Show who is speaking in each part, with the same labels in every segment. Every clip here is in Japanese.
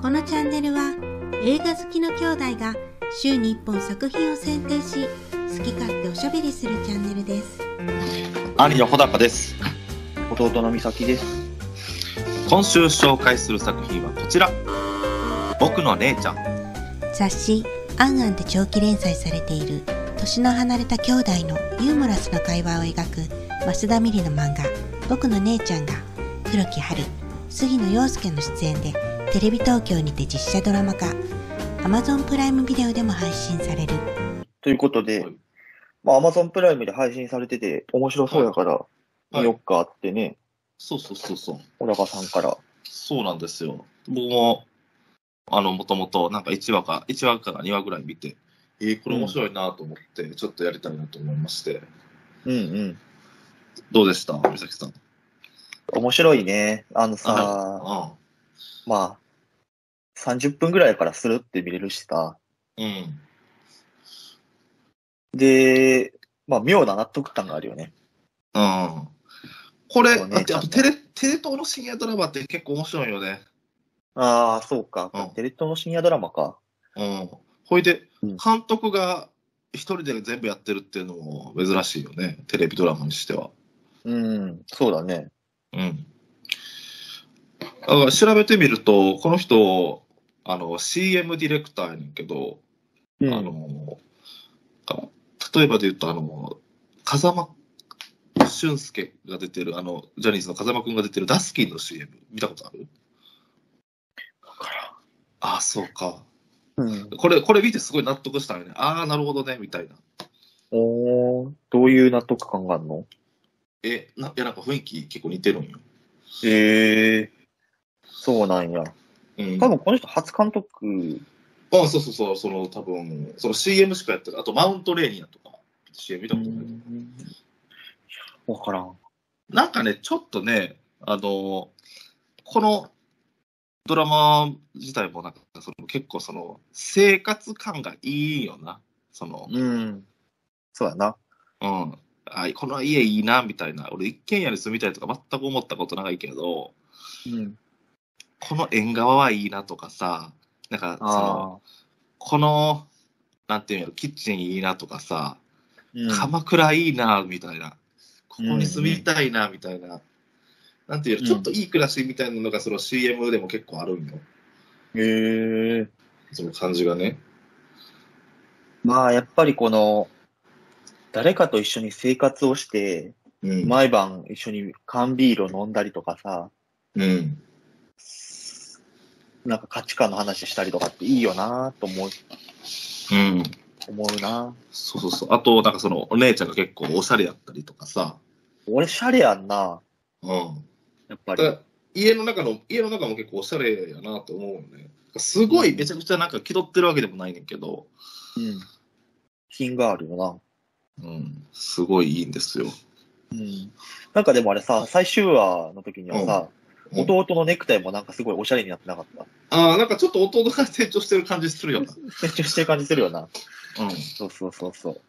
Speaker 1: このチャンネルは映画好きの兄弟が週に1本作品を選定し好き勝手おしゃべりするチャンネルです
Speaker 2: 兄の穂高です。
Speaker 3: 弟の美咲です。
Speaker 2: 今週紹介する作品はこちら。僕の姉ちゃん。
Speaker 1: 雑誌「アンアンで長期連載されている年の離れた兄弟のユーモラスな会話を描く増田美里の漫画「僕の姉ちゃん」が黒木春杉野遥亮の出演でテレビ東京にて実写ドラマ化 Amazon プライムビデオでも配信される
Speaker 3: ということで、まあ、Amazon プライムで配信されてて、面白そうやから、見よっかってね、
Speaker 2: そうそうそうそう。
Speaker 3: 小高さんから。
Speaker 2: そうなんですよ。僕も、あの、もともと、なんか1話か、一話から2話ぐらい見て、えーこれ面白いなと思って、ちょっとやりたいなと思いまして。
Speaker 3: うんうん。
Speaker 2: どうでした美咲さん。
Speaker 3: 面白いね。あのさ、
Speaker 2: あ
Speaker 3: まあ、30分ぐらいからスルって見れるしさ。
Speaker 2: うん。
Speaker 3: で、まあ、妙な納得感があるよね。
Speaker 2: うん。これ、
Speaker 3: そうね
Speaker 2: だってやっぱテレ、テレ東の深夜ドラマって結構面白いよね。
Speaker 3: ああ、そうか
Speaker 2: うん。
Speaker 3: テレ東の深夜ドラマか。
Speaker 2: うん。ほいで、
Speaker 3: うん
Speaker 2: 監督が一人で全部やってるっていうのも珍しいよね。テレビドラマにしては。
Speaker 3: うん、そうだね。
Speaker 2: うん。だから調べてみると、この人、あの、CM ディレクターやねんけど、
Speaker 3: う
Speaker 2: あ
Speaker 3: ん。
Speaker 2: の、あ例えばで言うと、あの、風間俊介が出てる、あの、ジャニーズの風間くんが出てるダスキンの CM、見たことあるああ、そうか。
Speaker 3: うん、
Speaker 2: これ、これ見てすごい納得したよね。ああ、なるほどね、みたいな。
Speaker 3: おーどういう納得感があるの
Speaker 2: え、な、いや、なんか雰囲気結構似てるんよ。
Speaker 3: へえ。そうなんや。
Speaker 2: うん。
Speaker 3: 多分この人初監督
Speaker 2: あ、そうそうそう、その多分、その CM しかやってる。あと、マウントレーニアとか、CM 見たことない。
Speaker 3: わからん。
Speaker 2: なんかね、ちょっとね、あの、このドラマ自体もなんかその結構その生活感がいいよな。その、
Speaker 3: うん。そうやな。
Speaker 2: うん。あこの家いいな、みたいな。俺、一軒家に住みたいとか全く思ったことないけど、
Speaker 3: うん。
Speaker 2: この縁側はいいなとかさ、なんか、その、
Speaker 3: ああ。
Speaker 2: この、なんていうの、キッチンいいなとかさ、
Speaker 3: うん
Speaker 2: 鎌倉いいな、みたいな。ここに住みたいな、みたいな。なんていうの、ちょっといい暮らしみたいなのが、その CM でも結構あるんよ。
Speaker 3: へえ。
Speaker 2: その感じがね。
Speaker 3: まあ、やっぱりこの、誰かと一緒に生活をして、
Speaker 2: うん。
Speaker 3: 毎晩一緒に缶ビールを飲んだりとかさ、
Speaker 2: うん。
Speaker 3: なんか価値観の話したりとかっていいよなと思う、
Speaker 2: うん。
Speaker 3: 思うな
Speaker 2: そうそうそう。あと、なんかその、お姉ちゃんが結構おしゃれやったりとかさ。
Speaker 3: 俺、シャレやんな
Speaker 2: うん。
Speaker 3: やっぱ
Speaker 2: だ
Speaker 3: り。
Speaker 2: から家の中の、家の中も結構おしゃれやなと思うよね。すごい、めちゃくちゃなんか気取ってるわけでもないねんけど、
Speaker 3: うん。品があるよな。
Speaker 2: うん。すごいいいんですよ。
Speaker 3: うん。なんかでもあれさ、最終話の時にはさ、
Speaker 2: うん
Speaker 3: 弟のネクタイもなんかすごいおしゃれになってなかった。
Speaker 2: ああ、なんかちょっと弟が成長してる感じするよな。
Speaker 3: 成長してる感じするよな。
Speaker 2: う
Speaker 3: そうそうそうそう。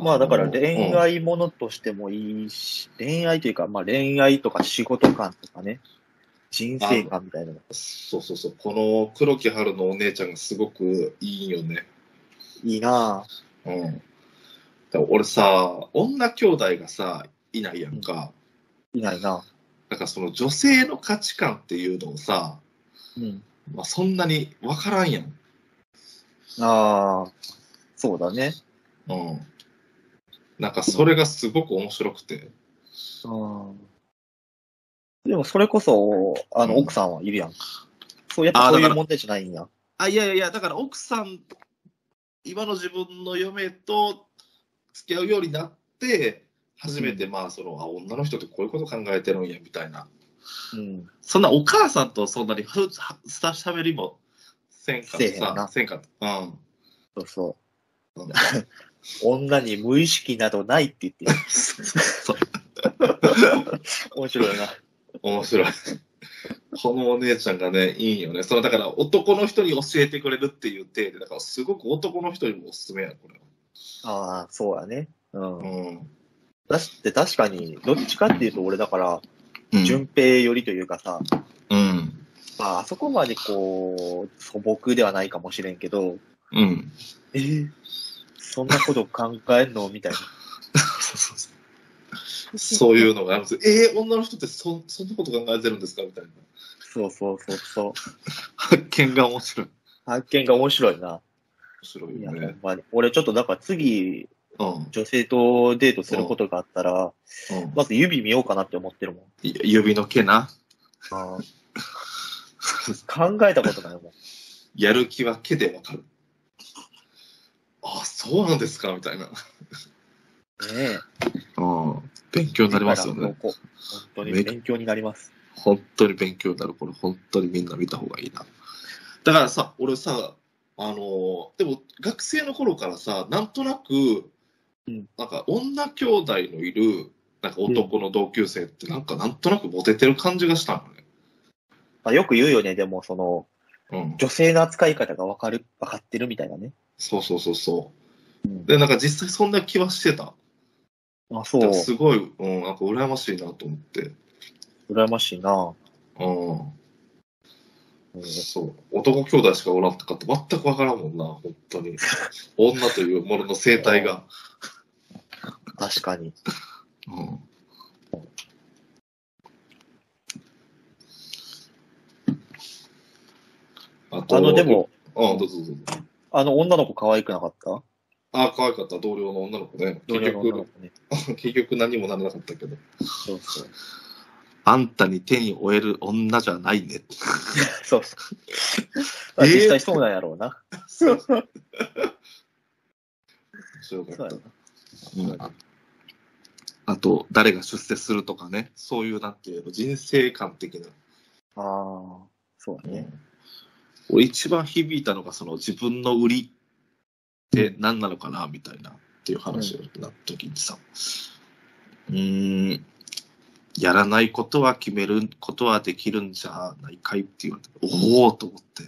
Speaker 2: ん。
Speaker 3: まあだから
Speaker 2: の
Speaker 3: 恋、愛ものとしてもいいし、恋愛というか、まあ恋愛とか仕事観とかね、人生観みたいなの
Speaker 2: うんそうそうそう。この黒木春のお姉ちゃんがすごくいいよね。
Speaker 3: いいなぁ。
Speaker 2: うん。だから俺さ、女兄弟がさ、いないやんか。
Speaker 3: いないな
Speaker 2: だからその女性の価値観っていうのをさ、
Speaker 3: うん。
Speaker 2: まあ、そんなに分からんやん。
Speaker 3: ああ、そうだね。
Speaker 2: うん。なんかそれがすごく面白くて。
Speaker 3: うん。でもそれこそ、あの、
Speaker 2: うん
Speaker 3: 奥さんはいるやん。そう、やっぱそう
Speaker 2: あーだ
Speaker 3: い
Speaker 2: か
Speaker 3: う
Speaker 2: ら
Speaker 3: 問題じゃないんや。
Speaker 2: あ、いやいやいや、だから奥さん、今の自分の嫁と付き合うようになって、初めてまあその、あ、女の人ってこういうこと考えてるんや、みたいな。
Speaker 3: うん。
Speaker 2: そんなお母さんとそんなにふはしたしゃべりもせんか
Speaker 3: せえへん
Speaker 2: さ
Speaker 3: な、
Speaker 2: せんかった。うん。
Speaker 3: そうそう。
Speaker 2: うん
Speaker 3: 女に無意識などないって言ってる、
Speaker 2: そう
Speaker 3: 面白いな。
Speaker 2: 面白い。このお姉ちゃんがね、いいよね。そのだから男の人に教えてくれるっていう体で、だからすごく男の人にもおすすめや、これ
Speaker 3: ああ、そうやね。う
Speaker 2: は。
Speaker 3: ん。
Speaker 2: うん。
Speaker 3: だって確かに、どっちかっていうと俺だから、
Speaker 2: うん
Speaker 3: 順平よりというかさ、
Speaker 2: うん。
Speaker 3: まあ、あそこまでこう、素朴ではないかもしれんけど、
Speaker 2: うん。
Speaker 3: えーそんなこと考えんのみたいな。
Speaker 2: そうそうそうそういうのがあるんですよ。えー、女の人ってそそんなこと考えてるんですかみたいな。
Speaker 3: そうそうそうそう。
Speaker 2: 発見が面白い。面
Speaker 3: 発見が面白いな。
Speaker 2: 白い
Speaker 3: い
Speaker 2: よ
Speaker 3: や、ほ
Speaker 2: ね
Speaker 3: ん。まに。俺ちょっとだから次、
Speaker 2: うん。
Speaker 3: 女性とデートすることがあったら、
Speaker 2: うん
Speaker 3: まず指見ようかなって思ってるもん。
Speaker 2: い指の毛な。
Speaker 3: 考えたこ とないもん。
Speaker 2: やる気は毛でわかる。あ、そうなんですかみたいな。
Speaker 3: ねえ。
Speaker 2: うん。勉強になりますよ
Speaker 3: だから
Speaker 2: ね。
Speaker 3: こう本当に勉強になります。
Speaker 2: 本当に勉強になる。これ本当にみんな見た方がいいな。だからさ、俺さ、あのーでも学生の頃からさ、なんとなく、
Speaker 3: うん
Speaker 2: なんか女兄弟のいる、なんか男の同級生ってなんかなんとなくモテてる感じがしたのね。
Speaker 3: まあ、よく言うよね、でもその、
Speaker 2: うん。
Speaker 3: 女性の扱い方がわかる、わかってるみたいなね。
Speaker 2: そうそうそうそうう。
Speaker 3: ん
Speaker 2: で、なんか実際そんな気はしてた。
Speaker 3: あ、そう。
Speaker 2: すごい、うん、なんか羨ましいなと思って。
Speaker 3: 羨ましいな。
Speaker 2: うん。
Speaker 3: うん
Speaker 2: そう男兄弟しかおらんとかって全く分からんもんな本当に女というものの生態が、
Speaker 3: 確かに。
Speaker 2: うん、あと
Speaker 3: あの、でも、
Speaker 2: うんどうぞどうぞ
Speaker 3: あの、女の子可愛くなかった
Speaker 2: あ可愛かった同僚の女の子ね
Speaker 3: 同
Speaker 2: 結
Speaker 3: 僚の女の
Speaker 2: 局
Speaker 3: 子ね。
Speaker 2: 結局何もならなかったけど
Speaker 3: そう そう。
Speaker 2: あんたに手に負える女じゃないね
Speaker 3: そうそう。まあ実際そうなんやろうな。
Speaker 2: そう面白か
Speaker 3: そう
Speaker 2: っ
Speaker 3: や
Speaker 2: た
Speaker 3: な。
Speaker 2: うんあと、誰が出世するとかね、そういう、なんていうの、人生観的な。
Speaker 3: ああ、そうだね。
Speaker 2: 俺、一番響いたのが、その自分の売りって何なのかな、みたいな、っていう話をなった時にさ、うーん、やらないことは決めることはできるんじゃないかいって言われて、おおと思って、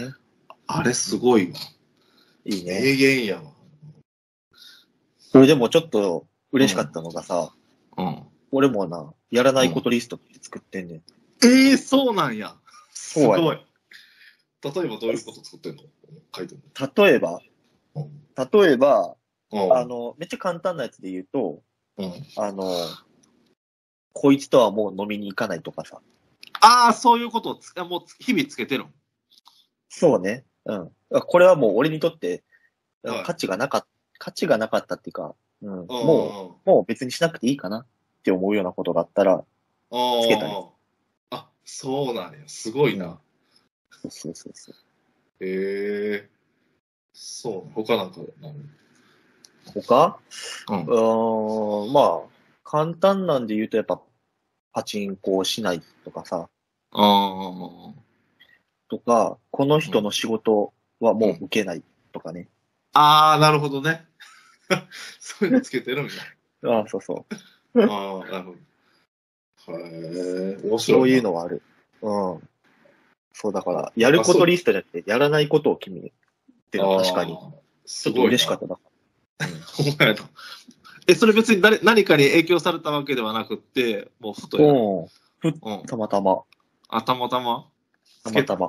Speaker 3: ね
Speaker 2: あれすごいわ。
Speaker 3: いいね。
Speaker 2: 名言やわ。
Speaker 3: それでもちょっと嬉しかったのがさ、
Speaker 2: うん。
Speaker 3: 俺もな、やらないことリストって作ってんねん。
Speaker 2: ええそうなんや。す
Speaker 3: うや
Speaker 2: ご
Speaker 3: ね
Speaker 2: い。例えばどういうこと作ってんの書いてん
Speaker 3: 例えば、
Speaker 2: の
Speaker 3: 例えば、
Speaker 2: うん
Speaker 3: あの、めっちゃ簡単なやつで言うと、
Speaker 2: うん
Speaker 3: あの、こいつとはもう飲みに行かないとかさ。
Speaker 2: ああ、そういうことをつ、もう日々つけてるん
Speaker 3: そうね。うん。これはもう俺にとって、
Speaker 2: はい
Speaker 3: 価値がなかった、価値がなかったっていうか、うん、もう、もう別にしなくていいかなって思うようなことがあったら、
Speaker 2: うん、
Speaker 3: つけたり
Speaker 2: あーあ、そうなんや。すごいな。
Speaker 3: うんそうそうそうそう。
Speaker 2: へえそう、他なんかなる
Speaker 3: 他
Speaker 2: うん
Speaker 3: う。ーん、まあ、簡単なんで言うとやっぱ、パチンコをしないとかさ、
Speaker 2: あ
Speaker 3: とか、この人の仕事はもう受けないとかね。
Speaker 2: あー、なるほどね。 そういうのつけてるん や。
Speaker 3: ああ、そうそう。
Speaker 2: ああ、なるほど。へえ面白いな。
Speaker 3: そういうのはある。うん。そうだから、やることリストじゃなくて、やらないことを決めるっていうのは確かに
Speaker 2: あ、ー。
Speaker 3: ち
Speaker 2: す
Speaker 3: ょっと
Speaker 2: ごいな。
Speaker 3: 嬉しかったな。
Speaker 2: ほんまやな。え、それ別に誰何かに影響されたわけではなくって、もうふとやる
Speaker 3: うん。
Speaker 2: うん。
Speaker 3: たまたま、
Speaker 2: あ、たまたま
Speaker 3: たまたま。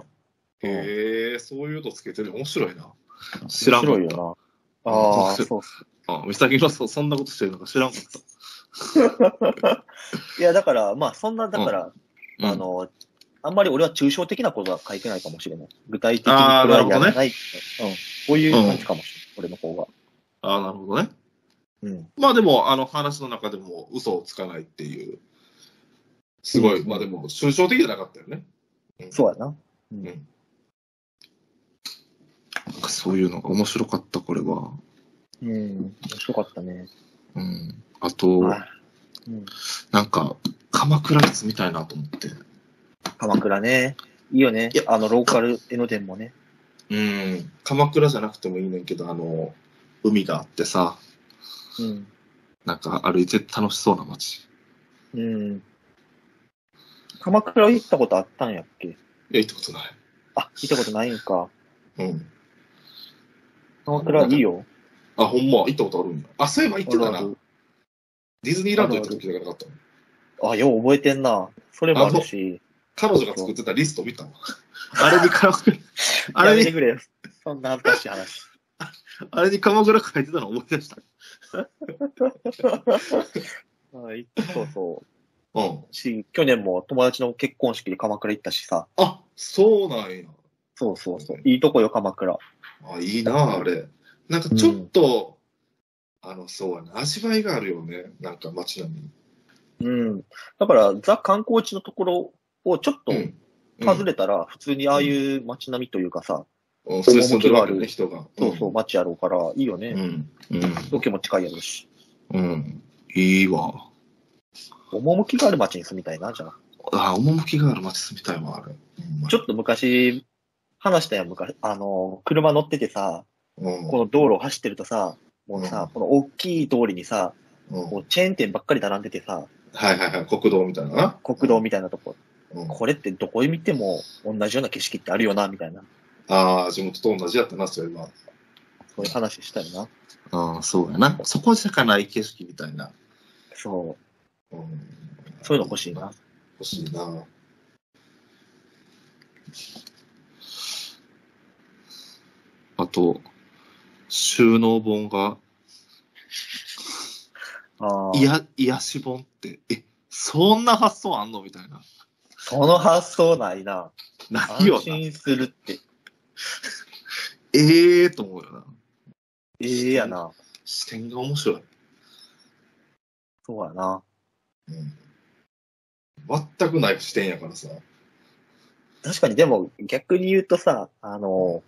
Speaker 2: へえそういうのつけてる。面白いな。知ら
Speaker 3: 面
Speaker 2: んかっ
Speaker 3: 白い
Speaker 2: た。
Speaker 3: よな。ああ、
Speaker 2: 面白い
Speaker 3: そう。
Speaker 2: あ、美咲のそうそんなことしてるのか知らんかっ
Speaker 3: いや、だから、まあ、そんな、だから、
Speaker 2: た。
Speaker 3: あ、の、あんまり俺は抽象的なことは書いてないかもしれない。具体的に
Speaker 2: あー
Speaker 3: これは
Speaker 2: なるほ
Speaker 3: や
Speaker 2: どね
Speaker 3: らない。うん。こういう感じかもしれない、俺の方が。
Speaker 2: あなるほどね。
Speaker 3: うん。
Speaker 2: まあでも、あの話の中でも嘘をつかないっていう、すごい、
Speaker 3: うん
Speaker 2: まあでも、抽象的じゃなかったよね。
Speaker 3: そうやな。うん
Speaker 2: うんなんかそういうのが面白かった、これは。
Speaker 3: うん。面白かったね。
Speaker 2: うん。あと、
Speaker 3: はいうん。
Speaker 2: なんか、鎌倉室みたいなと思って。
Speaker 3: 鎌倉ね。いいよね
Speaker 2: いや。
Speaker 3: あの、ローカル江ノ電もね。
Speaker 2: うん。鎌倉じゃなくてもいいねんけど、あの、海があってさ、
Speaker 3: うん。
Speaker 2: なんか歩いてて楽しそうな街。
Speaker 3: うん。鎌倉行ったことあったんやっけ
Speaker 2: いや、行ったことない。
Speaker 3: あ、行ったことないんか。
Speaker 2: うん。
Speaker 3: 鎌倉いいよ。
Speaker 2: あ、ほんま、行ったことあるんや。あ、そういえば行ってた
Speaker 3: あ
Speaker 2: な
Speaker 3: るある。
Speaker 2: ディズニーランド行った時じゃなかったの
Speaker 3: あ、よう覚えてんな。それもあるし、
Speaker 2: 彼女が作ってたリスト見たの。あれに鎌 倉、あ
Speaker 3: や
Speaker 2: れ
Speaker 3: めて
Speaker 2: に、
Speaker 3: くれよ。そんな恥ずかしい 話。
Speaker 2: あれに鎌倉書いてたの思い出した。
Speaker 3: はい、そうそう。
Speaker 2: うん。
Speaker 3: し、去年も友達の結婚式で鎌倉行ったしさ。
Speaker 2: あ、そうなんや。
Speaker 3: そうそうそう。いいとこよ、鎌倉。
Speaker 2: あ、いいな、あれ。なんかちょっと、あの、そうやね。味わいがあるよね。なんか街並み。
Speaker 3: うん。だから、ザ観光地のところをちょっと
Speaker 2: うん。
Speaker 3: 外れたら、普通にああいう街並みというかさ、
Speaker 2: うん、それ住んでるわけね、人が。
Speaker 3: そうそう、街やろうから、いいよ
Speaker 2: う
Speaker 3: ね。
Speaker 2: ん。うん。
Speaker 3: ロケも近いやろうし。
Speaker 2: うん。いいわ。
Speaker 3: 趣がある街に住みたいな、じゃあ。
Speaker 2: あ、趣がある街住みたいわ、あれ。
Speaker 3: ちょっと昔、話したやん、昔。あの、車乗っててさ、
Speaker 2: うん
Speaker 3: この道路を走ってるとさ、もうさ、この大きい通りにさ、
Speaker 2: うん
Speaker 3: こうチェーン店ばっかり並んでてさ、
Speaker 2: はいはいはい、国道みたいなな。
Speaker 3: 国道みたいなとこ、
Speaker 2: うん
Speaker 3: これってどこへ見ても同じような景色ってあるよな、みたいな。
Speaker 2: ああ、地元と同じやったな、それは。
Speaker 3: そういう話したよな。
Speaker 2: ああ、そうやな。そこしかない景色みたいな。
Speaker 3: そう。
Speaker 2: うん、
Speaker 3: そういうの欲しいな。。
Speaker 2: 欲しいな。あと、収納本が、
Speaker 3: ああ。
Speaker 2: い、や、癒し本って、え、そんな発想あんのみたいな。
Speaker 3: その発想ないな。
Speaker 2: ないよ
Speaker 3: 安
Speaker 2: な。
Speaker 3: 心するって。
Speaker 2: ええと思うよな。
Speaker 3: ええやな。
Speaker 2: 視点が面白い。
Speaker 3: そうやな。
Speaker 2: うん、全くない視点やからさ。
Speaker 3: 確かに、でも逆に言うとさ、あの、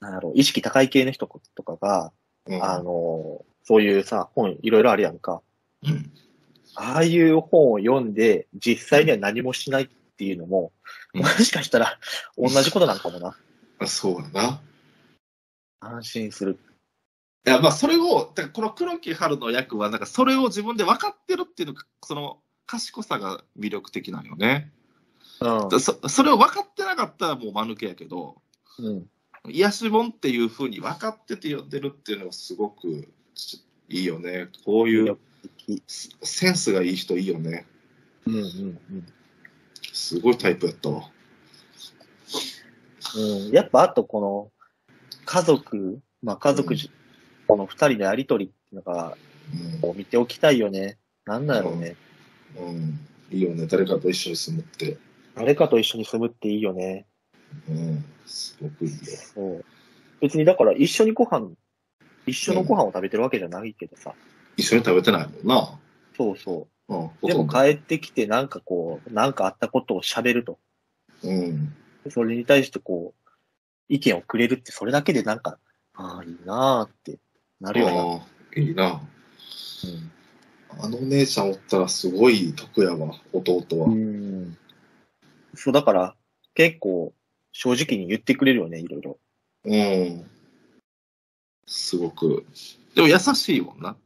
Speaker 3: なんだろう、意識高い系の人とかが、
Speaker 2: うん
Speaker 3: あの、そういうさ、本いろいろあるやんか。
Speaker 2: うん
Speaker 3: ああいう本を読んで、実際には何もしないっていうのも、
Speaker 2: うん
Speaker 3: もしかしたら同じことなんかもな。
Speaker 2: あそうやな。
Speaker 3: 安心する。
Speaker 2: いや、まあ、それを、だからこの黒木春の役は、なんか、それを自分で分かってるっていうのが、その、賢さが魅力的なんよね。
Speaker 3: うん
Speaker 2: だそそれを分かってなかったらもう間抜けやけど、
Speaker 3: うん。
Speaker 2: 癒し本っていうふうに分かってて読んでるっていうのがすごくいいよね。こう
Speaker 3: う
Speaker 2: い
Speaker 3: ん。
Speaker 2: うセンスがいい人いいよね。
Speaker 3: うんうん。
Speaker 2: すごいタイプやったわ。
Speaker 3: うん、やっぱあとこの家族、まあ家族じ、この二人のやりとりっていうのがこう見ておきたいよね。なんだろうね。
Speaker 2: うん。うん。いいよね。誰かと一緒に住むって。
Speaker 3: 誰かと一緒に住むっていいよね。
Speaker 2: うん。すごくいいよ。
Speaker 3: そう。別にだから一緒にご飯、一緒のご飯を食べてるわけじゃないけどさ。
Speaker 2: 一緒に食べてないもんな。
Speaker 3: そうそ
Speaker 2: うん。
Speaker 3: う。
Speaker 2: ほ
Speaker 3: で
Speaker 2: と
Speaker 3: も
Speaker 2: んど
Speaker 3: 帰ってきてなんかこう、なんかあったことを喋ると。
Speaker 2: うん。
Speaker 3: それに対してこう、意見をくれるってそれだけでなんか、ああ、いいなーってな
Speaker 2: あ
Speaker 3: るよな。
Speaker 2: ーいいな。
Speaker 3: うん
Speaker 2: あの姉ちゃんおったらすごい得やわ、弟は。
Speaker 3: うん。そう、だから、結構、正直に言ってくれるよね、いろいろ。
Speaker 2: うん。すごく。でも優しいもんな。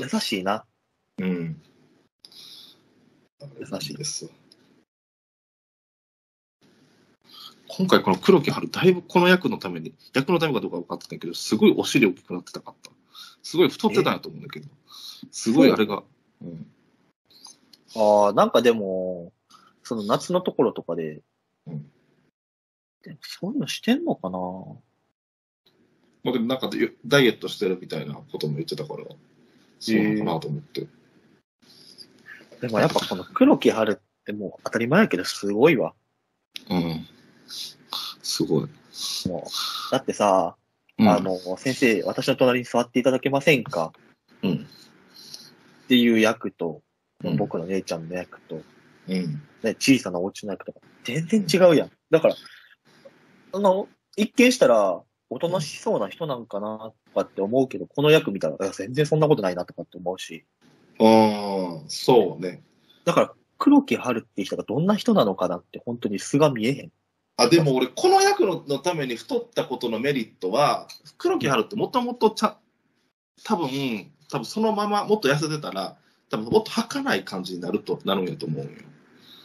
Speaker 3: 優しいな。
Speaker 2: うん。
Speaker 3: 優しい
Speaker 2: ですわ。今回この黒木春、だいぶこの役のために、役のためかどうか分かってたけど、すごいお尻大きくなってたかった。すごい太ってたんやと思うんだけど、すごいあれが、うん。
Speaker 3: ああ、なんかでも、その夏のところとかで、
Speaker 2: うん
Speaker 3: でもそういうのしてんのかな
Speaker 2: まあ、でもなんかでダイエットしてるみたいなことも言ってたから、そうなのかなと思って。
Speaker 3: でもやっぱこの黒木春ってもう当たり前やけどすごいわ。
Speaker 2: うん。すごい。
Speaker 3: もう。だってさ、
Speaker 2: うん
Speaker 3: あ、の、先生、私の隣に座っていただけませんか
Speaker 2: うん。
Speaker 3: っていう役と、
Speaker 2: うん
Speaker 3: 僕の姉ちゃんの役と、
Speaker 2: うん。
Speaker 3: ね、小さなお家の役とか、全然違うやん。だから、あの、一見したら、おとなしそうな人なんかなとかって思うけど、この役見たら、いや全然そんなことないなとかって思うし、
Speaker 2: ああ、そうね。
Speaker 3: だから、黒木春っていう人がどんな人なのかなって、本当に素が見えへん。
Speaker 2: あでも俺、この役ののために太ったことのメリットは、黒木春ってもともとちゃ、多分多分そのままもっと痩せてたら、多分もっと儚い感じになるとなるんやと思うんよ。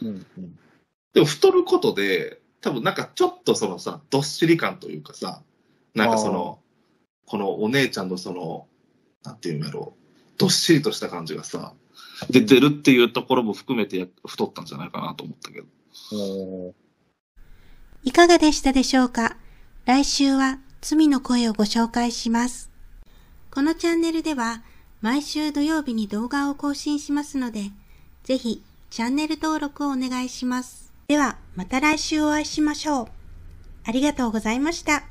Speaker 3: うん、うん。
Speaker 2: でも太ることで、多分なんかちょっとそのさ、どっしり感というかさ、なんかその、このお姉ちゃんのその、なんていうんやろう、どっしりとした感じがさ、出てるっていうところも含めてや太ったんじゃないかなと思ったけど。
Speaker 3: うん
Speaker 1: いかがでしたでしょうか来週は罪の声をご紹介します。このチャンネルでは毎週土曜日に動画を更新しますので、ぜひチャンネル登録をお願いします。ではまた来週お会いしましょう。ありがとうございました。